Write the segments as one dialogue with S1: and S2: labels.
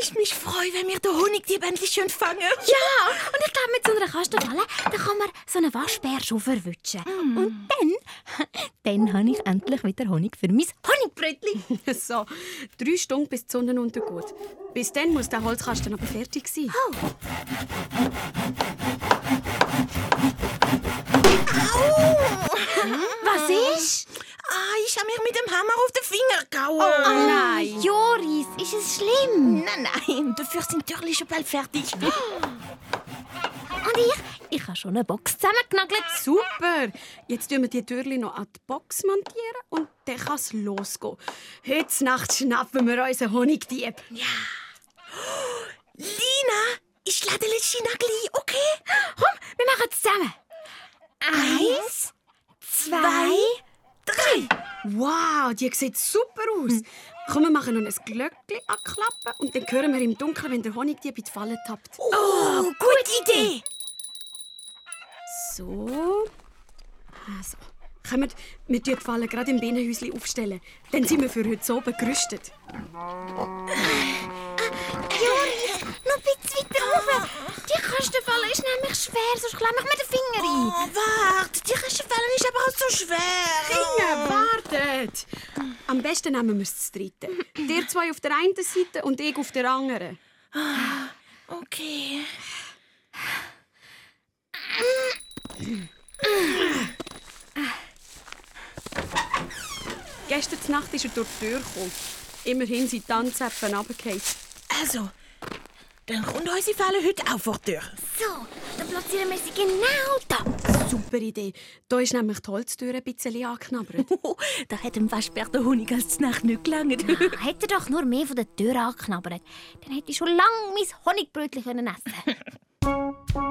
S1: ich mich freue, wenn wir den Honigdieb endlich fangen können.
S2: Ja, und ich glaube, mit so einer Kastenfalle da kann man so einen Waschbär verwischen.
S1: Mhm.
S2: Und dann, dann habe ich endlich wieder Honig für mein Honigbrötchen.
S3: So, drei Stunden bis die Sonne untergeht. Bis dann muss der Holzkasten aber fertig sein.
S2: Was ist?
S1: Ah, ich habe mich mit dem Hammer auf den Finger gehauen. Ah,
S2: Nein. oh, Joris, ist es schlimm?
S1: Nein, nein, dafür sind die Türchen schon bald fertig.
S2: Und ich, ich habe schon eine Box zusammengenagelt.
S3: Super! Jetzt tun wir die Türli noch an die Box montieren und dann kann es losgehen. Heute Nacht schnappen wir unseren Honigdieb.
S1: Lina, ich lade Lina gleich, okay?
S2: Komm, wir machen es zusammen. Eins, zwei, drei.
S3: Wow, die sieht super aus. Komm, wir machen noch ein Glöckchen anklappen und dann hören wir im Dunkeln, wenn der Honigdieb in die Falle tappt.
S1: Oh, gute Idee.
S3: So. Also, kommen wir, wir tun die Falle gerade im Bienenhäuschen aufstellen. Dann sind wir für heute oben gerüstet.
S2: Noch ein bisschen weiter
S1: Ah.
S2: rauf. Die Kastenfalle ist nämlich schwer, sonst klemme ich mir den Finger
S1: Oh,
S2: ein.
S1: warte, die Kastenfalle ist aber auch so schwer. Oh.
S3: Inge, wartet! Am besten nehmen wir es zu dritten. Ihr zwei auf der einen Seite und ich auf der anderen.
S1: Okay.
S3: Gestern Nacht ist er durch die Tür gekommen. Immerhin sind die Tanzäpfen runtergefallen.
S1: Also, dann kommt unsere Falle heute auch vor die Tür.
S2: So, dann platzieren wir sie genau da.
S3: Super Idee. Da ist nämlich die Holztür ein bisschen angeknabbert.
S1: Oh, da hat dem Waschbär der Honig als Nacht nicht gelangt.
S2: Hätte er doch nur mehr von der Tür angeknabbert, dann hätte ich schon lange mein Honigbrötchen können essen können.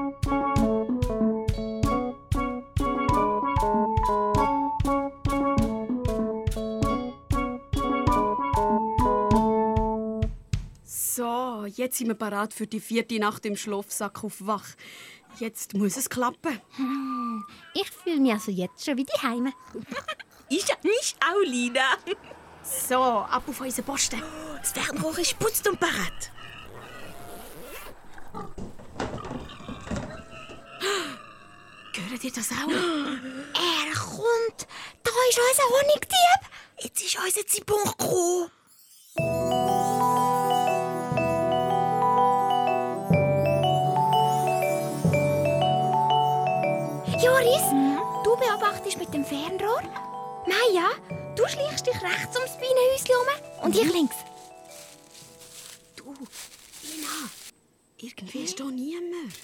S3: so, jetzt sind wir parat für die vierte Nacht im Schlafsack auf Wach. Jetzt muss es klappen.
S2: Ich fühle mich also jetzt schon wie die Heime.
S1: Ich mich auch, Lina.
S3: So, ab auf unseren Posten.
S1: Das Fernrohr ist putzt und parat.
S3: Hört ihr das auch?
S2: Er kommt! Da ist unser Honigdieb!
S1: Jetzt ist unser Zibon gekommen.
S2: Joris, du beobachtest mit dem Fernrohr. Maja, du schleichst dich rechts ums Bienenhäuschen herum und ich links.
S3: Irgendwie ist da niemand.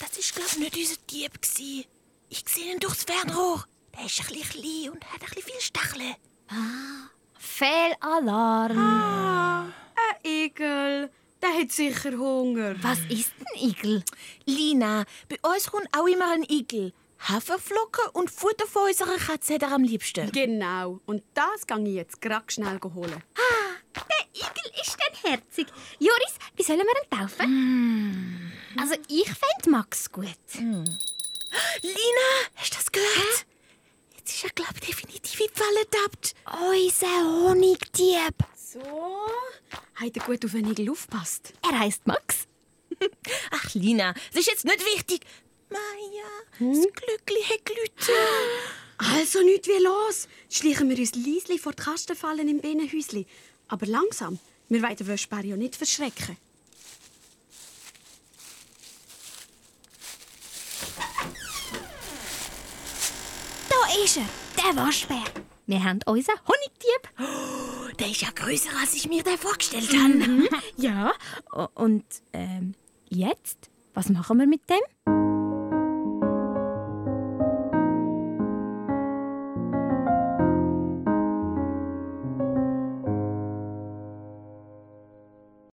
S1: Das ist, glaube ich, nicht unser Dieb. Gewesen. Ich sehe ihn durchs Fernrohr. Der ist ein bisschen klein und hat ein bisschen viele Stacheln.
S2: Ah, Fehlalarm.
S3: Ein Igel. Der hat sicher Hunger.
S2: Was ist ein Igel?
S1: Lina, bei uns kommt auch immer ein Igel. Haferflocken und Futter von unserer Katze hat er am liebsten.
S3: Genau. Und das gehe ich jetzt gerade schnell holen.
S2: Der Igel ist denn herzig. Joris, wie sollen wir ihn taufen? Also ich fände Max gut.
S1: Lina, hast du das gehört? Jetzt ist er, glaube ich, definitiv in die Falle getappt.
S2: Unser Honigdieb.
S3: So. Habt ihr gut auf den Igel aufgepasst?
S2: Er heißt Max.
S1: Ach, Lina, das ist jetzt nicht wichtig. Maja, das Glückli hat gelütet.
S3: Also nichts wie los. Schleichen wir uns leislich vor die Kastenfallen im Bienenhäuschen. Aber langsam. Wir wollen den Wäschbär ja nicht verschrecken.
S2: Da ist er, der Waschbär. Wir haben unseren Honigdieb.
S1: Der ist ja größer, als ich mir den vorgestellt habe.
S2: Ja, o- und ähm, jetzt? Was machen wir mit dem?